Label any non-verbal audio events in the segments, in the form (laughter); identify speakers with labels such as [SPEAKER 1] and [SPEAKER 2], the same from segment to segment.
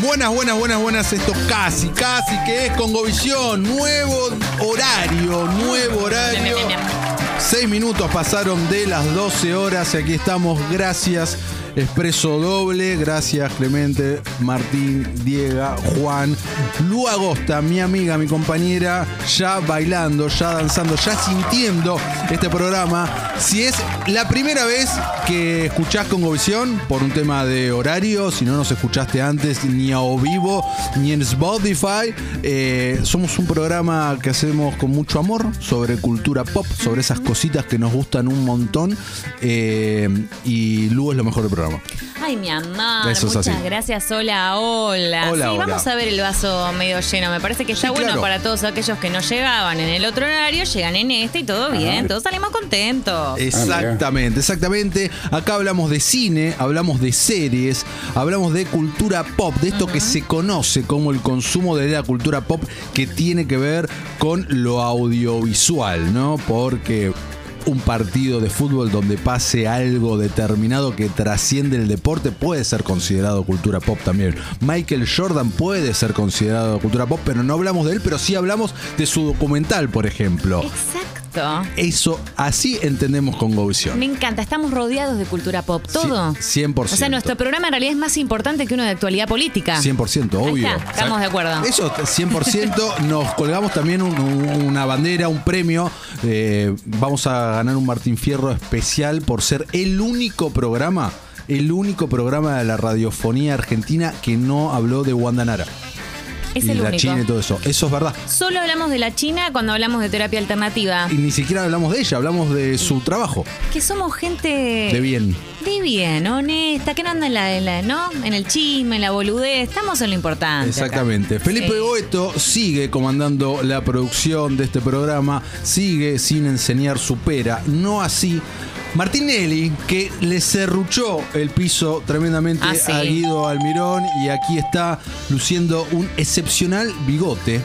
[SPEAKER 1] Buenas, buenas, buenas, buenas. Esto casi, casi que es Congovisión. Nuevo horario, nuevo
[SPEAKER 2] Bien,
[SPEAKER 1] horario.
[SPEAKER 2] bien, bien, bien.
[SPEAKER 1] Seis minutos pasaron de las 12 horas y aquí estamos. Gracias, Expreso Doble. Gracias, Clemente, Martín, Diega, Juan, Lu Agosta, mi amiga, mi compañera, ya bailando, ya danzando, ya sintiendo este programa. Si es la primera vez que escuchás Congovisión por un tema de horario, si no nos escuchaste antes ni a O vivo ni en Spotify, eh, somos un programa que hacemos con mucho amor sobre cultura pop, sobre esas cositas que nos gustan un montón. eh, y Lu es lo mejor del programa.
[SPEAKER 2] Ay, mi amor,
[SPEAKER 1] Eso es
[SPEAKER 2] muchas
[SPEAKER 1] así.
[SPEAKER 2] gracias. Hola, hola.
[SPEAKER 1] Hola,
[SPEAKER 2] sí,
[SPEAKER 1] hola.
[SPEAKER 2] vamos a ver el vaso medio lleno. Me parece que está bueno
[SPEAKER 1] claro.
[SPEAKER 2] para todos aquellos que no llegaban en el otro horario, llegan en este y todo bien, todos salimos contentos.
[SPEAKER 1] Exactamente, exactamente. Acá hablamos de cine, hablamos de series, hablamos de cultura pop, de esto que se conoce como el consumo de la cultura pop que tiene que ver con lo audiovisual, ¿no? Porque un partido de fútbol donde pase algo determinado que trasciende el deporte puede ser considerado cultura pop también. Michael Jordan puede ser considerado cultura pop, pero no hablamos de él, pero sí hablamos de su documental, por ejemplo.
[SPEAKER 2] Exacto.
[SPEAKER 1] Eso así entendemos con
[SPEAKER 2] Me
[SPEAKER 1] Govisión.
[SPEAKER 2] encanta, estamos rodeados de cultura pop, todo.
[SPEAKER 1] Cien- 100%.
[SPEAKER 2] O sea, nuestro programa en realidad es más importante que uno de actualidad política.
[SPEAKER 1] 100%,
[SPEAKER 2] Ahí
[SPEAKER 1] obvio.
[SPEAKER 2] está, estamos de acuerdo.
[SPEAKER 1] Eso, 100%. (laughs) Nos colgamos también un- un- una bandera, un premio. Eh, vamos a ganar un Martín Fierro especial por ser el único programa, el único programa de la radiofonía argentina que no habló de Wanda Nara.
[SPEAKER 2] Es
[SPEAKER 1] y
[SPEAKER 2] el
[SPEAKER 1] la
[SPEAKER 2] único.
[SPEAKER 1] China y todo eso. Eso es verdad.
[SPEAKER 2] Solo hablamos de la China cuando hablamos de terapia alternativa.
[SPEAKER 1] Y ni siquiera hablamos de ella, hablamos de su trabajo,
[SPEAKER 2] Que somos gente.
[SPEAKER 1] de bien.
[SPEAKER 2] De bien, honesta, que no anda en la, en la- ¿no? En el chisme, en la boludez, estamos en lo importante. acá.
[SPEAKER 1] Exactamente. Felipe
[SPEAKER 2] Sí.
[SPEAKER 1] Boeto sigue comandando la producción de este programa, sigue sin enseñar, supera, no así. Martinelli, que le serruchó el piso tremendamente
[SPEAKER 2] Ah, sí.
[SPEAKER 1] a Guido Almirón y aquí está luciendo un excepcional bigote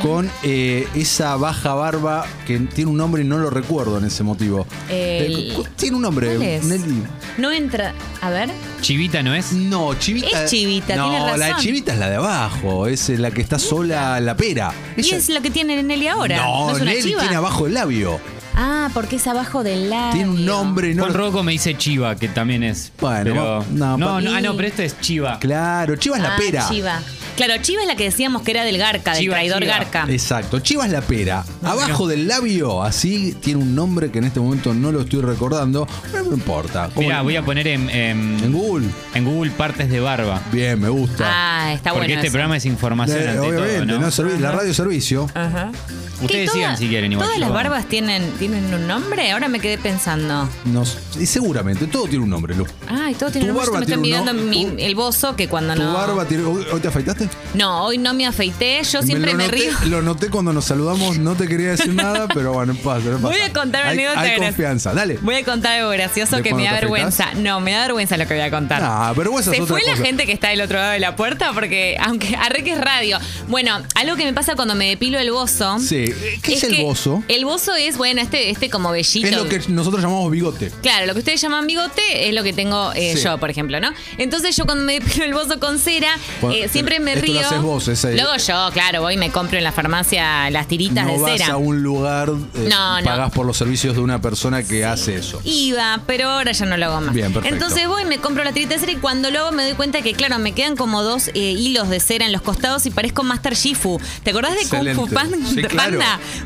[SPEAKER 1] con eh, esa baja barba que tiene un nombre y no lo recuerdo en ese motivo.
[SPEAKER 2] El-
[SPEAKER 1] Eh, cu- tiene un nombre,
[SPEAKER 2] ¿Cuál es?
[SPEAKER 1] Nelly.
[SPEAKER 2] No entra, a ver,
[SPEAKER 3] Chivita no es.
[SPEAKER 1] No, Chivita.
[SPEAKER 2] Es Chivita,
[SPEAKER 1] no,
[SPEAKER 2] tiene
[SPEAKER 1] la de
[SPEAKER 2] razón.
[SPEAKER 1] Chivita es la de abajo, es eh, la que está sola la pera.
[SPEAKER 2] y
[SPEAKER 1] Ella-
[SPEAKER 2] es lo que tiene Nelly ahora.
[SPEAKER 1] No,
[SPEAKER 2] No, es una
[SPEAKER 1] Nelly
[SPEAKER 2] chiva.
[SPEAKER 1] tiene abajo el labio.
[SPEAKER 2] Ah, porque es abajo del lado.
[SPEAKER 1] Tiene un nombre, no.
[SPEAKER 3] Juan Rocco me dice Chiva, que también es.
[SPEAKER 1] Bueno,
[SPEAKER 3] Pero-
[SPEAKER 1] no,
[SPEAKER 3] no,
[SPEAKER 1] pa-
[SPEAKER 3] no, ah, no, pero esto es Chiva.
[SPEAKER 1] Claro, Chiva es la
[SPEAKER 2] Ah,
[SPEAKER 1] pera.
[SPEAKER 2] Chiva. Claro, Chiva es la que decíamos que era del Garca, del
[SPEAKER 3] Chiva,
[SPEAKER 2] traidor
[SPEAKER 3] Chiva.
[SPEAKER 2] Garca.
[SPEAKER 1] Exacto, Chiva es la pera. Abajo
[SPEAKER 3] no.
[SPEAKER 1] del labio, así tiene un nombre que en este momento no lo estoy recordando, pero no importa. ¿Cómo
[SPEAKER 3] Mira,
[SPEAKER 1] lo-
[SPEAKER 3] voy a poner en, en-
[SPEAKER 1] En Google.
[SPEAKER 3] en Google partes de barba.
[SPEAKER 1] Bien, me gusta.
[SPEAKER 2] Ah, está
[SPEAKER 3] porque
[SPEAKER 2] bueno.
[SPEAKER 3] este
[SPEAKER 2] eso.
[SPEAKER 3] programa es información
[SPEAKER 1] Eh,
[SPEAKER 3] ante
[SPEAKER 1] obviamente,
[SPEAKER 3] todo, ¿no?
[SPEAKER 1] ¿no? Servi- la radio servicio.
[SPEAKER 2] Ajá.
[SPEAKER 3] Ustedes
[SPEAKER 2] Que toda-
[SPEAKER 3] sigan si quieren igual.
[SPEAKER 2] ¿Todas
[SPEAKER 3] yo-
[SPEAKER 2] las barbas tienen, tienen un nombre? Ahora me quedé pensando.
[SPEAKER 1] Nos, y seguramente, todo tiene un nombre, Lu.
[SPEAKER 2] Ay, todo tiene
[SPEAKER 1] Tu
[SPEAKER 2] un nombre. Yo
[SPEAKER 1] barba
[SPEAKER 2] me estoy
[SPEAKER 1] tiene un
[SPEAKER 2] mirando
[SPEAKER 1] no-
[SPEAKER 2] mi-
[SPEAKER 1] tu-
[SPEAKER 2] el bozo que cuando
[SPEAKER 1] ¿Tu
[SPEAKER 2] Ah, no.
[SPEAKER 1] barba tiene. ¿Hoy hoy te afeitaste?
[SPEAKER 2] No, hoy no me afeité, yo siempre
[SPEAKER 1] lo
[SPEAKER 2] me
[SPEAKER 1] noté, (laughs)
[SPEAKER 2] río.
[SPEAKER 1] Lo noté cuando nos saludamos, no te quería decir
[SPEAKER 2] (laughs)
[SPEAKER 1] nada, pero bueno, pasa, no pasa.
[SPEAKER 2] Voy a contar una
[SPEAKER 1] Hay-
[SPEAKER 2] anécdota
[SPEAKER 1] Hay
[SPEAKER 2] gra-
[SPEAKER 1] confianza, dale.
[SPEAKER 2] Voy a contar algo gracioso
[SPEAKER 1] ¿De
[SPEAKER 2] que me
[SPEAKER 1] cuando
[SPEAKER 2] da
[SPEAKER 1] te afeitás?
[SPEAKER 2] vergüenza. No, me da vergüenza lo que voy a contar.
[SPEAKER 1] Ah, vergüenza es
[SPEAKER 2] Se
[SPEAKER 1] otra
[SPEAKER 2] fue la
[SPEAKER 1] cosa.
[SPEAKER 2] gente que está del otro lado de la puerta porque, aunque arre que es radio. Bueno, algo que me pasa cuando me depilo el bozo.
[SPEAKER 1] Sí, ¿qué es, el
[SPEAKER 2] que
[SPEAKER 1] bozo?
[SPEAKER 2] El bozo es, bueno, este, este como bellito.
[SPEAKER 1] Es lo que nosotros llamamos bigote.
[SPEAKER 2] Claro, lo que ustedes llaman bigote es lo que tengo eh,
[SPEAKER 1] Sí.
[SPEAKER 2] yo, por ejemplo, ¿no? Entonces yo cuando me depilo el bozo con cera,
[SPEAKER 1] Bueno,
[SPEAKER 2] eh,
[SPEAKER 1] pero
[SPEAKER 2] siempre me
[SPEAKER 1] esto lo
[SPEAKER 2] río.
[SPEAKER 1] haces vos, ese-
[SPEAKER 2] Luego yo, claro, voy y me compro en la farmacia las tiritas
[SPEAKER 1] No
[SPEAKER 2] de
[SPEAKER 1] vas
[SPEAKER 2] cera.
[SPEAKER 1] a un lugar, eh,
[SPEAKER 2] No, no.
[SPEAKER 1] pagás por los servicios de una persona que hace eso.
[SPEAKER 2] Iba, pero ahora ya no lo hago más.
[SPEAKER 1] Bien, perfecto.
[SPEAKER 2] Entonces voy, me compro la tirita de cera y cuando lo hago me doy cuenta que, claro, me quedan como dos eh, hilos de cera en los costados y parezco Master Shifu. ¿Te acordás de Kung
[SPEAKER 1] Excelente.
[SPEAKER 2] Fu Pan-
[SPEAKER 1] Sí,
[SPEAKER 2] Panda?
[SPEAKER 1] claro.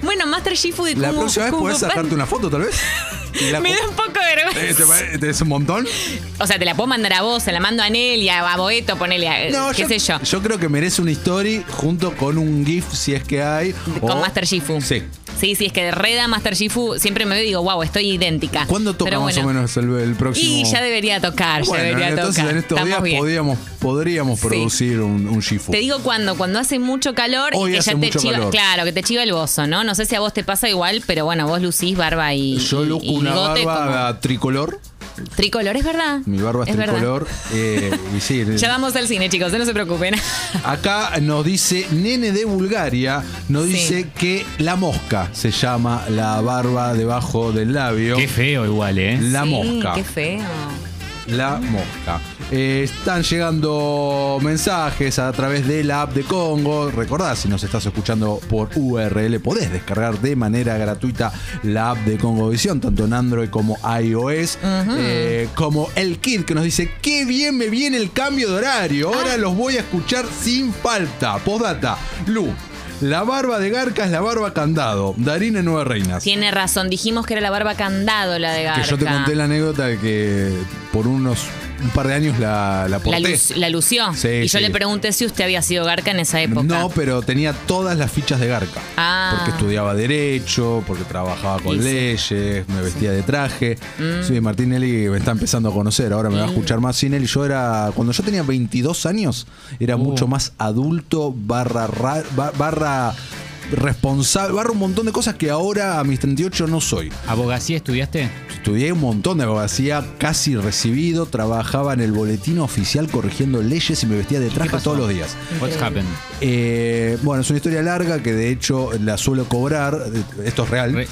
[SPEAKER 2] Bueno, Master Shifu de
[SPEAKER 1] La
[SPEAKER 2] Kung,
[SPEAKER 1] próxima vez
[SPEAKER 2] Kung
[SPEAKER 1] podés
[SPEAKER 2] Fu Panda.
[SPEAKER 1] sacarte una foto, tal
[SPEAKER 2] (laughs)
[SPEAKER 1] vez. Y la
[SPEAKER 2] Me da
[SPEAKER 1] co-
[SPEAKER 2] un poco de
[SPEAKER 1] Eh, ¿Te
[SPEAKER 2] vergüenza.
[SPEAKER 1] pare- te es un montón?
[SPEAKER 2] O sea, te la puedo mandar a vos, se la mando a Nelly, a a Boeto, ponele a. Eh, qué sé yo.
[SPEAKER 1] Yo creo que merece una story junto con un GIF, si es que hay.
[SPEAKER 2] Con
[SPEAKER 1] o-
[SPEAKER 2] Master Shifu.
[SPEAKER 1] Oh, Sí.
[SPEAKER 2] Sí, sí, es que de Reda Master Shifu siempre me veo y digo, wow, estoy idéntica.
[SPEAKER 1] ¿Cuándo toca
[SPEAKER 2] Pero
[SPEAKER 1] más o
[SPEAKER 2] bueno.
[SPEAKER 1] menos el, el próximo?
[SPEAKER 2] Y ya debería tocar,
[SPEAKER 1] Bueno,
[SPEAKER 2] ya debería
[SPEAKER 1] entonces
[SPEAKER 2] tocar.
[SPEAKER 1] en estos
[SPEAKER 2] Estamos
[SPEAKER 1] días
[SPEAKER 2] bien.
[SPEAKER 1] podíamos, podríamos
[SPEAKER 2] Sí.
[SPEAKER 1] producir un, un Shifu.
[SPEAKER 2] Te digo cuando, cuando hace mucho calor
[SPEAKER 1] Hoy
[SPEAKER 2] y que
[SPEAKER 1] hace
[SPEAKER 2] ya te
[SPEAKER 1] mucho
[SPEAKER 2] chiva,
[SPEAKER 1] calor.
[SPEAKER 2] claro, que te chiva el bozo, ¿no? No sé si a vos te pasa igual, pero bueno, vos lucís barba y
[SPEAKER 1] Yo
[SPEAKER 2] y-
[SPEAKER 1] luco
[SPEAKER 2] y
[SPEAKER 1] una
[SPEAKER 2] bigote
[SPEAKER 1] barba tricolor.
[SPEAKER 2] como- tricolor, es verdad.
[SPEAKER 1] Mi barba es,
[SPEAKER 2] verdad.
[SPEAKER 1] tricolor. eh, y sí,
[SPEAKER 2] (laughs) Ya vamos al cine, chicos, eh, no se preocupen.
[SPEAKER 1] acá nos dice Nene de Bulgaria, nos
[SPEAKER 2] Sí.
[SPEAKER 1] dice que la mosca se llama la barba debajo del labio.
[SPEAKER 3] Qué feo igual, ¿eh?
[SPEAKER 1] la
[SPEAKER 2] Sí,
[SPEAKER 1] mosca.
[SPEAKER 2] Qué feo.
[SPEAKER 1] la mosca. Eh, están llegando mensajes a través de la app de Congo. Recordad, si nos estás escuchando por URL, podés descargar de manera gratuita la app de Congo Visión, tanto en Android como iOS. Eh, como el Kid que nos dice: ¡Qué bien me viene el cambio de horario! Ahora los voy a escuchar sin falta. Postdata, Lu. La barba de Garca es la barba candado. Darín en Nueva Reinas.
[SPEAKER 2] Tiene razón, dijimos que era la barba candado la de Garca.
[SPEAKER 1] Que yo te conté la anécdota de que por unos un par de años la, la
[SPEAKER 2] La,
[SPEAKER 1] porté.
[SPEAKER 2] luz, la lució.
[SPEAKER 1] Sí,
[SPEAKER 2] y yo
[SPEAKER 1] sí.
[SPEAKER 2] le pregunté si usted había sido Garca en esa época.
[SPEAKER 1] no, pero tenía todas las fichas de Garca.
[SPEAKER 2] Ah.
[SPEAKER 1] Porque estudiaba Derecho, porque trabajaba con
[SPEAKER 2] Y sí. Mm.
[SPEAKER 1] leyes, me vestía de traje. Sí, Martinelli me está empezando a conocer, ahora me va a escuchar más sin él. Y yo era, cuando yo tenía 22 años, era mucho más adulto, barra, ra- ba- barra responsable, barra un montón de cosas que ahora a mis 38 no soy.
[SPEAKER 3] ¿Abogacía estudiaste?
[SPEAKER 1] Estudié un montón de abogacía, casi recibido, trabajaba en el boletín oficial corrigiendo leyes y me vestía de traje
[SPEAKER 3] pasó?
[SPEAKER 1] todos los días.
[SPEAKER 3] What's happened?
[SPEAKER 1] Eh, bueno, es una historia larga que de hecho la suelo cobrar, eh, esto es real,
[SPEAKER 3] Re-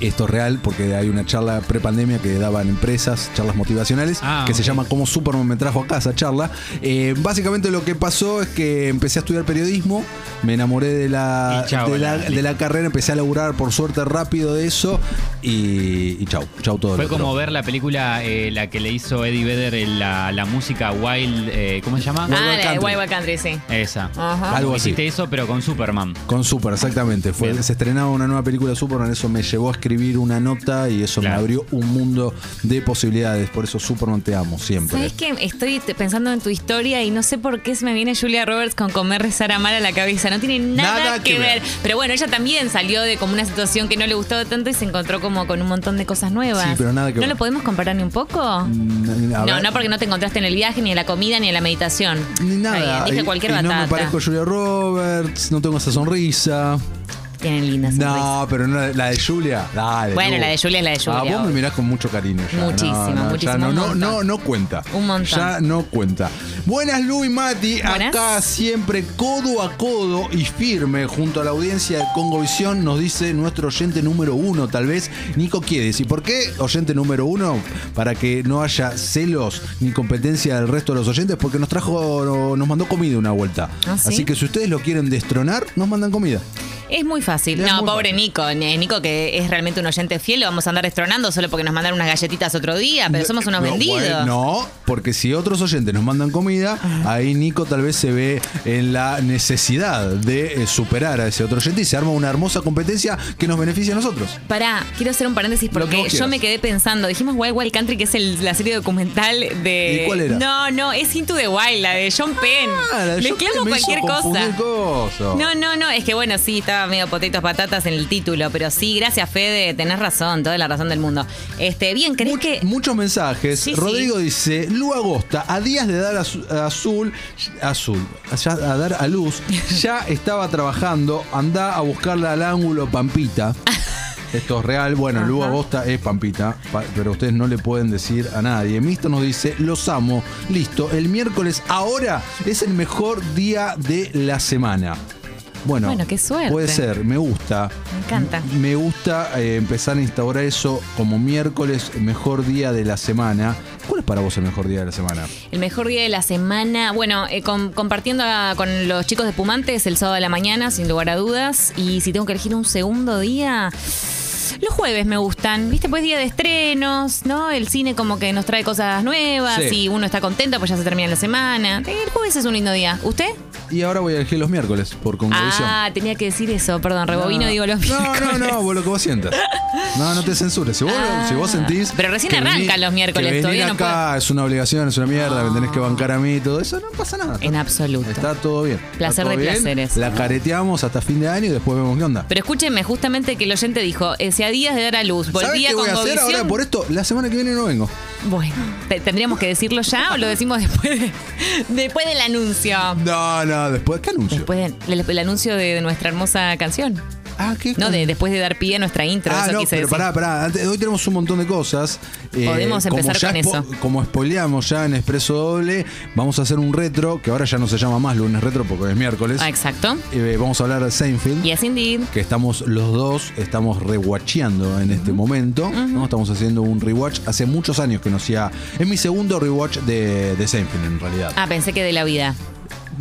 [SPEAKER 1] esto es real porque hay una charla prepandemia que daban empresas, charlas motivacionales,
[SPEAKER 3] Ah,
[SPEAKER 1] que se
[SPEAKER 3] ok.
[SPEAKER 1] llama Cómo Superman me trajo a casa, charla. Eh, básicamente lo que pasó es que empecé a estudiar periodismo, me enamoré de la,
[SPEAKER 3] Y chau,
[SPEAKER 1] de la,
[SPEAKER 3] la-
[SPEAKER 1] de la carrera, empecé a laburar por suerte rápido de eso y, y chau, chau todo.
[SPEAKER 3] Fue
[SPEAKER 1] lo otro.
[SPEAKER 3] como ver la película, eh, la que le hizo Eddie Vedder, eh, la, la música Wild, eh, ¿cómo se llama?
[SPEAKER 2] Ah, la
[SPEAKER 1] Country.
[SPEAKER 2] de Wild Wild Country, sí.
[SPEAKER 3] Esa.
[SPEAKER 2] Ajá.
[SPEAKER 1] Algo
[SPEAKER 3] Como
[SPEAKER 1] así.
[SPEAKER 3] Hiciste eso, pero con Superman.
[SPEAKER 1] Con Super, exactamente. Fue,
[SPEAKER 3] Bien.
[SPEAKER 1] se estrenaba una nueva película de Superman, eso me llevó a escribir una nota y eso me
[SPEAKER 3] Claro.
[SPEAKER 1] abrió un mundo de posibilidades. Por eso Superman te amo siempre.
[SPEAKER 2] ¿Sabes qué? Estoy te- pensando en tu historia y no sé por qué se me viene Julia Roberts con comer rezar a mal a la cabeza. No tiene nada,
[SPEAKER 1] Nada
[SPEAKER 2] que,
[SPEAKER 1] que
[SPEAKER 2] ver.
[SPEAKER 1] ver.
[SPEAKER 2] Pero bueno, ella también salió de como una situación que no le gustaba tanto y se encontró como con un montón de cosas nuevas.
[SPEAKER 1] Sí, pero nada que
[SPEAKER 2] ¿No
[SPEAKER 1] ver.
[SPEAKER 2] lo podemos comparar ni un poco?
[SPEAKER 1] N- Mm, a
[SPEAKER 2] No,
[SPEAKER 1] ver,
[SPEAKER 2] no porque no te encontraste en el viaje, ni en la comida, ni en la meditación.
[SPEAKER 1] Ni
[SPEAKER 2] Está
[SPEAKER 1] nada.
[SPEAKER 2] bien, Dije
[SPEAKER 1] Y-
[SPEAKER 2] cualquier
[SPEAKER 1] y
[SPEAKER 2] batata.
[SPEAKER 1] No me parezco a Julia Roberts, no tengo esa sonrisa.
[SPEAKER 2] Tienen lindas sonrisas.
[SPEAKER 1] No, pero no, la- la de Julia. Dale.
[SPEAKER 2] Bueno,
[SPEAKER 1] tú.
[SPEAKER 2] la de Julia es la de Julia,
[SPEAKER 1] Ah, vos
[SPEAKER 2] obvio.
[SPEAKER 1] me mirás con mucho cariño. Ya. No,
[SPEAKER 2] Muchísimo,
[SPEAKER 1] no, ya
[SPEAKER 2] muchísimo,
[SPEAKER 1] no,
[SPEAKER 2] un
[SPEAKER 1] no,
[SPEAKER 2] montón.
[SPEAKER 1] no, no cuenta.
[SPEAKER 2] Un montón.
[SPEAKER 1] Ya no cuenta. Buenas, Lu y Mati.
[SPEAKER 2] Buenas.
[SPEAKER 1] Acá siempre codo a codo y firme junto a la audiencia de Congovisión nos dice nuestro oyente número uno, tal vez, Nico Quiedes. ¿Y por qué oyente número uno? Para que no haya celos ni competencia del resto de los oyentes, porque nos trajo, nos mandó comida una vuelta.
[SPEAKER 2] ¿Ah, sí?
[SPEAKER 1] Así que si ustedes lo quieren destronar, nos mandan comida.
[SPEAKER 2] Es muy fácil.
[SPEAKER 1] Es
[SPEAKER 2] no,
[SPEAKER 1] muy
[SPEAKER 2] pobre
[SPEAKER 1] fácil.
[SPEAKER 2] Nico. Ne- Nico, que es realmente un oyente fiel, lo vamos a andar destronando solo porque nos mandaron unas galletitas otro día, pero somos unos
[SPEAKER 1] No,
[SPEAKER 2] vendidos.
[SPEAKER 1] bueno, No, porque si otros oyentes nos mandan comida, ahí Nico tal vez se ve en la necesidad de eh, superar a ese otro oyente y se arma una hermosa competencia que nos beneficia a nosotros.
[SPEAKER 2] Pará, quiero hacer un paréntesis
[SPEAKER 1] Lo que
[SPEAKER 2] porque
[SPEAKER 1] vos
[SPEAKER 2] yo
[SPEAKER 1] quieras.
[SPEAKER 2] me quedé pensando. Dijimos Wild Wild Country, que es el- la serie documental de.
[SPEAKER 1] ¿Y cuál era?
[SPEAKER 2] No, no, es Into the Wild, la de John Penn.
[SPEAKER 1] Ah, la de Joker
[SPEAKER 2] Mezclamos
[SPEAKER 1] me hizo
[SPEAKER 2] cualquier cosa.
[SPEAKER 1] confundir cosas.
[SPEAKER 2] No, no, no, es que bueno, sí, estaba medio potitos patatas en el título, pero sí, gracias Fede, tenés razón, toda la razón del mundo. Este, bien, ¿crees
[SPEAKER 1] Much-
[SPEAKER 2] que
[SPEAKER 1] Muchos mensajes.
[SPEAKER 2] Sí, sí.
[SPEAKER 1] Rodrigo dice, Lu Agosta, a días de dar azu- azul, azul, ya a dar a
[SPEAKER 2] (laughs)
[SPEAKER 1] luz, ya estaba trabajando, anda a buscarla al ángulo
[SPEAKER 2] (laughs)
[SPEAKER 1] Pampita. Esto es real, bueno, Lu Agosta es Pampita, pa- pero ustedes no le pueden decir a nadie. Mister nos dice, los amo, listo, el miércoles ahora es el mejor día de la semana. Bueno,
[SPEAKER 2] Bueno, qué suerte.
[SPEAKER 1] Puede ser, me gusta.
[SPEAKER 2] Me encanta.
[SPEAKER 1] Me gusta eh, empezar a instaurar eso como miércoles, mejor día de la semana. ¿Cuál es para vos el mejor día de la semana?
[SPEAKER 2] El mejor día de la semana, bueno, eh, com- compartiendo ah, con los chicos de Pumantes el sábado de la mañana, sin lugar a dudas. Y si tengo que elegir un segundo día, los jueves me gustan. Viste, pues día de estrenos, ¿no? El cine como que nos trae cosas nuevas
[SPEAKER 1] Sí.
[SPEAKER 2] y uno está contento, pues ya se termina la semana. Eh, El jueves es un lindo día. ¿Usted?
[SPEAKER 1] Y ahora voy a elegir los miércoles, por convicción.
[SPEAKER 2] Ah, tenía que decir eso, perdón, rebobino, digo los
[SPEAKER 1] No, no,
[SPEAKER 2] miércoles.
[SPEAKER 1] no, vos lo que vos sientas. No, no te censures. Si vos,
[SPEAKER 2] Ah.
[SPEAKER 1] si vos sentís.
[SPEAKER 2] Pero recién
[SPEAKER 1] que
[SPEAKER 2] arrancan
[SPEAKER 1] vení-
[SPEAKER 2] los miércoles,
[SPEAKER 1] que venir
[SPEAKER 2] todavía no Ah.
[SPEAKER 1] acá es una obligación, es una mierda, me tenés que bancar a mí y todo eso, no pasa nada.
[SPEAKER 2] (laughs) En absoluto.
[SPEAKER 1] Está todo bien. Está
[SPEAKER 2] Placer
[SPEAKER 1] todo
[SPEAKER 2] de
[SPEAKER 1] bien.
[SPEAKER 2] placeres.
[SPEAKER 1] La careteamos hasta fin de año y después vemos qué onda.
[SPEAKER 2] Pero escúchenme, justamente que el oyente dijo, eh, si a días de dar a luz,
[SPEAKER 1] ¿Sabés
[SPEAKER 2] volvía
[SPEAKER 1] qué
[SPEAKER 2] con
[SPEAKER 1] voy a hacer
[SPEAKER 2] Govisión.
[SPEAKER 1] ahora por esto? La semana que viene no vengo.
[SPEAKER 2] Bueno, te- ¿tendríamos que decirlo ya o lo decimos después, de- después del anuncio?
[SPEAKER 1] No, no, después, ¿qué anuncio?
[SPEAKER 2] Después del el- el anuncio de nuestra hermosa canción.
[SPEAKER 1] Ah, qué
[SPEAKER 2] No, de, después de dar pie a nuestra intro.
[SPEAKER 1] Ah,
[SPEAKER 2] eso
[SPEAKER 1] no,
[SPEAKER 2] quise
[SPEAKER 1] pero
[SPEAKER 2] decir.
[SPEAKER 1] pará, pará. Antes- hoy tenemos un montón de cosas. Eh,
[SPEAKER 2] Podemos
[SPEAKER 1] como
[SPEAKER 2] empezar
[SPEAKER 1] ya
[SPEAKER 2] con
[SPEAKER 1] spo-
[SPEAKER 2] eso.
[SPEAKER 1] Como spoileamos ya en Expreso Doble, vamos a hacer un retro, que ahora ya no se llama más lunes retro porque es miércoles.
[SPEAKER 2] Ah, exacto.
[SPEAKER 1] Eh, vamos a hablar de Seinfeld.
[SPEAKER 2] Yes, indeed.
[SPEAKER 1] Que estamos los dos, estamos rewatcheando en este momento. ¿no? Estamos haciendo un rewatch. Hace muchos años que no hacía. Es mi segundo rewatch de, de Seinfeld, en realidad.
[SPEAKER 2] Ah, pensé que de la vida.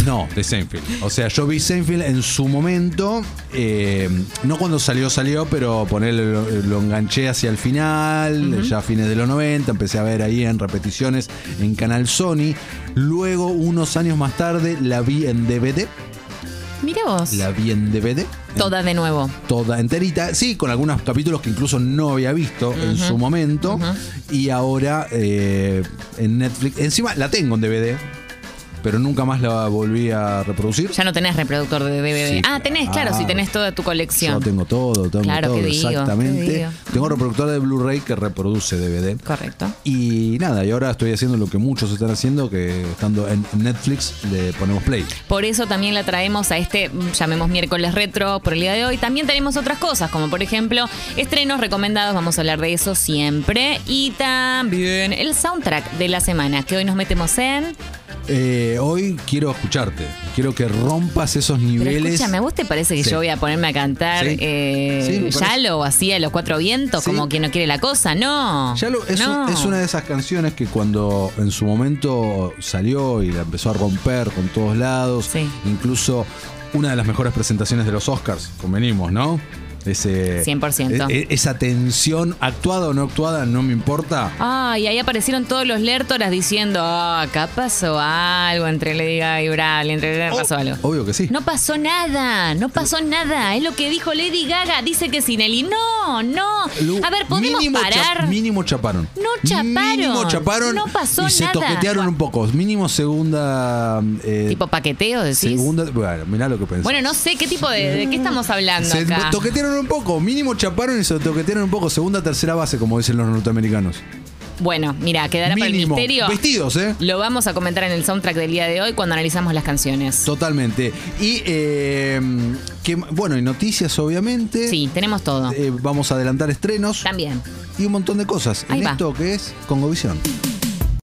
[SPEAKER 1] No, de Seinfeld. O sea, yo vi Seinfeld en su momento. eh, no cuando salió, salió, pero ponerle lo, lo enganché hacia el final, ya a fines de los 90. Empecé a ver ahí en repeticiones en Canal Sony. Luego, unos años más tarde, la vi en DVD.
[SPEAKER 2] Mira vos.
[SPEAKER 1] La vi en DVD.
[SPEAKER 2] Toda de nuevo.
[SPEAKER 1] Toda enterita, sí, con algunos capítulos que incluso no había visto en su momento. Y ahora eh, en Netflix. Encima la tengo en DVD, pero nunca más la volví a reproducir.
[SPEAKER 2] Ya no tenés reproductor de DVD.
[SPEAKER 1] Sí.
[SPEAKER 2] ah, tenés, claro,
[SPEAKER 1] Ah,
[SPEAKER 2] si tenés toda tu
[SPEAKER 1] Yo
[SPEAKER 2] colección.
[SPEAKER 1] tengo todo, tengo
[SPEAKER 2] Claro,
[SPEAKER 1] todo,
[SPEAKER 2] ¿qué digo?
[SPEAKER 1] exactamente.
[SPEAKER 2] ¿Qué digo?
[SPEAKER 1] Tengo reproductor de Blu-ray que reproduce DVD.
[SPEAKER 2] Correcto.
[SPEAKER 1] Y nada, y ahora estoy haciendo lo que muchos están haciendo, que estando en Netflix le ponemos play.
[SPEAKER 2] Por eso también la traemos a este, mm, llamemos miércoles retro por el día de hoy. También tenemos otras cosas, como por ejemplo estrenos recomendados, vamos a hablar de eso siempre. Y también el soundtrack de la semana, que hoy nos metemos en...
[SPEAKER 1] Eh, hoy quiero escucharte, quiero que rompas esos
[SPEAKER 2] Pero
[SPEAKER 1] niveles.
[SPEAKER 2] escúchame, ¿a vos te parece que
[SPEAKER 1] Sí.
[SPEAKER 2] yo voy a ponerme a cantar
[SPEAKER 1] Sí.
[SPEAKER 2] eh,
[SPEAKER 1] Sí, me parece.
[SPEAKER 2] Yalo o así a los cuatro vientos,
[SPEAKER 1] Sí.
[SPEAKER 2] como quien no quiere la cosa? No.
[SPEAKER 1] Ya lo- es,
[SPEAKER 2] No.
[SPEAKER 1] un- es una de esas canciones que cuando en su momento salió y la empezó a romper con todos lados,
[SPEAKER 2] Sí.
[SPEAKER 1] incluso una de las mejores presentaciones de los Oscars, convenimos, ¿no? Ese,
[SPEAKER 2] 100%.
[SPEAKER 1] e- e- esa tensión, actuada o no actuada, no me importa.
[SPEAKER 2] Ay, ahí aparecieron todos los lertoras diciendo, "Ah, acá pasó algo entre Lady Gaga y Bradley, entre
[SPEAKER 1] Oh.
[SPEAKER 2] Lady Gaga pasó algo.
[SPEAKER 1] Obvio que sí.
[SPEAKER 2] No pasó nada, no pasó nada. Es lo que dijo Lady Gaga. Dice que Sinelli. No, no.
[SPEAKER 1] Lu-
[SPEAKER 2] A ver, ¿podemos
[SPEAKER 1] mínimo cha-
[SPEAKER 2] parar?
[SPEAKER 1] mínimo chaparon.
[SPEAKER 2] No chaparon.
[SPEAKER 1] Mínimo chaparon.
[SPEAKER 2] No pasó
[SPEAKER 1] y se
[SPEAKER 2] nada.
[SPEAKER 1] toquetearon un poco. Mínimo segunda. eh,
[SPEAKER 2] Tipo paqueteo, decís.
[SPEAKER 1] segunda. Bueno, mirá lo que pensé.
[SPEAKER 2] Bueno, no sé qué tipo de. ¿De qué estamos hablando
[SPEAKER 1] Se
[SPEAKER 2] acá?
[SPEAKER 1] toquetearon un poco, mínimo chaparon y se toquetearon un poco. Segunda, tercera base, como dicen los norteamericanos.
[SPEAKER 2] Bueno, mira, quedará para el
[SPEAKER 1] Mínimo.
[SPEAKER 2] misterio.
[SPEAKER 1] Vestidos, ¿eh?
[SPEAKER 2] Lo vamos a comentar en el soundtrack del día de hoy cuando analizamos las canciones.
[SPEAKER 1] Totalmente. Y, eh, que, bueno, y noticias, obviamente.
[SPEAKER 2] Sí, tenemos todo.
[SPEAKER 1] Eh, vamos a adelantar estrenos
[SPEAKER 2] También.
[SPEAKER 1] y un montón de cosas.
[SPEAKER 2] Ahí
[SPEAKER 1] en
[SPEAKER 2] va.
[SPEAKER 1] esto que es Congovisión.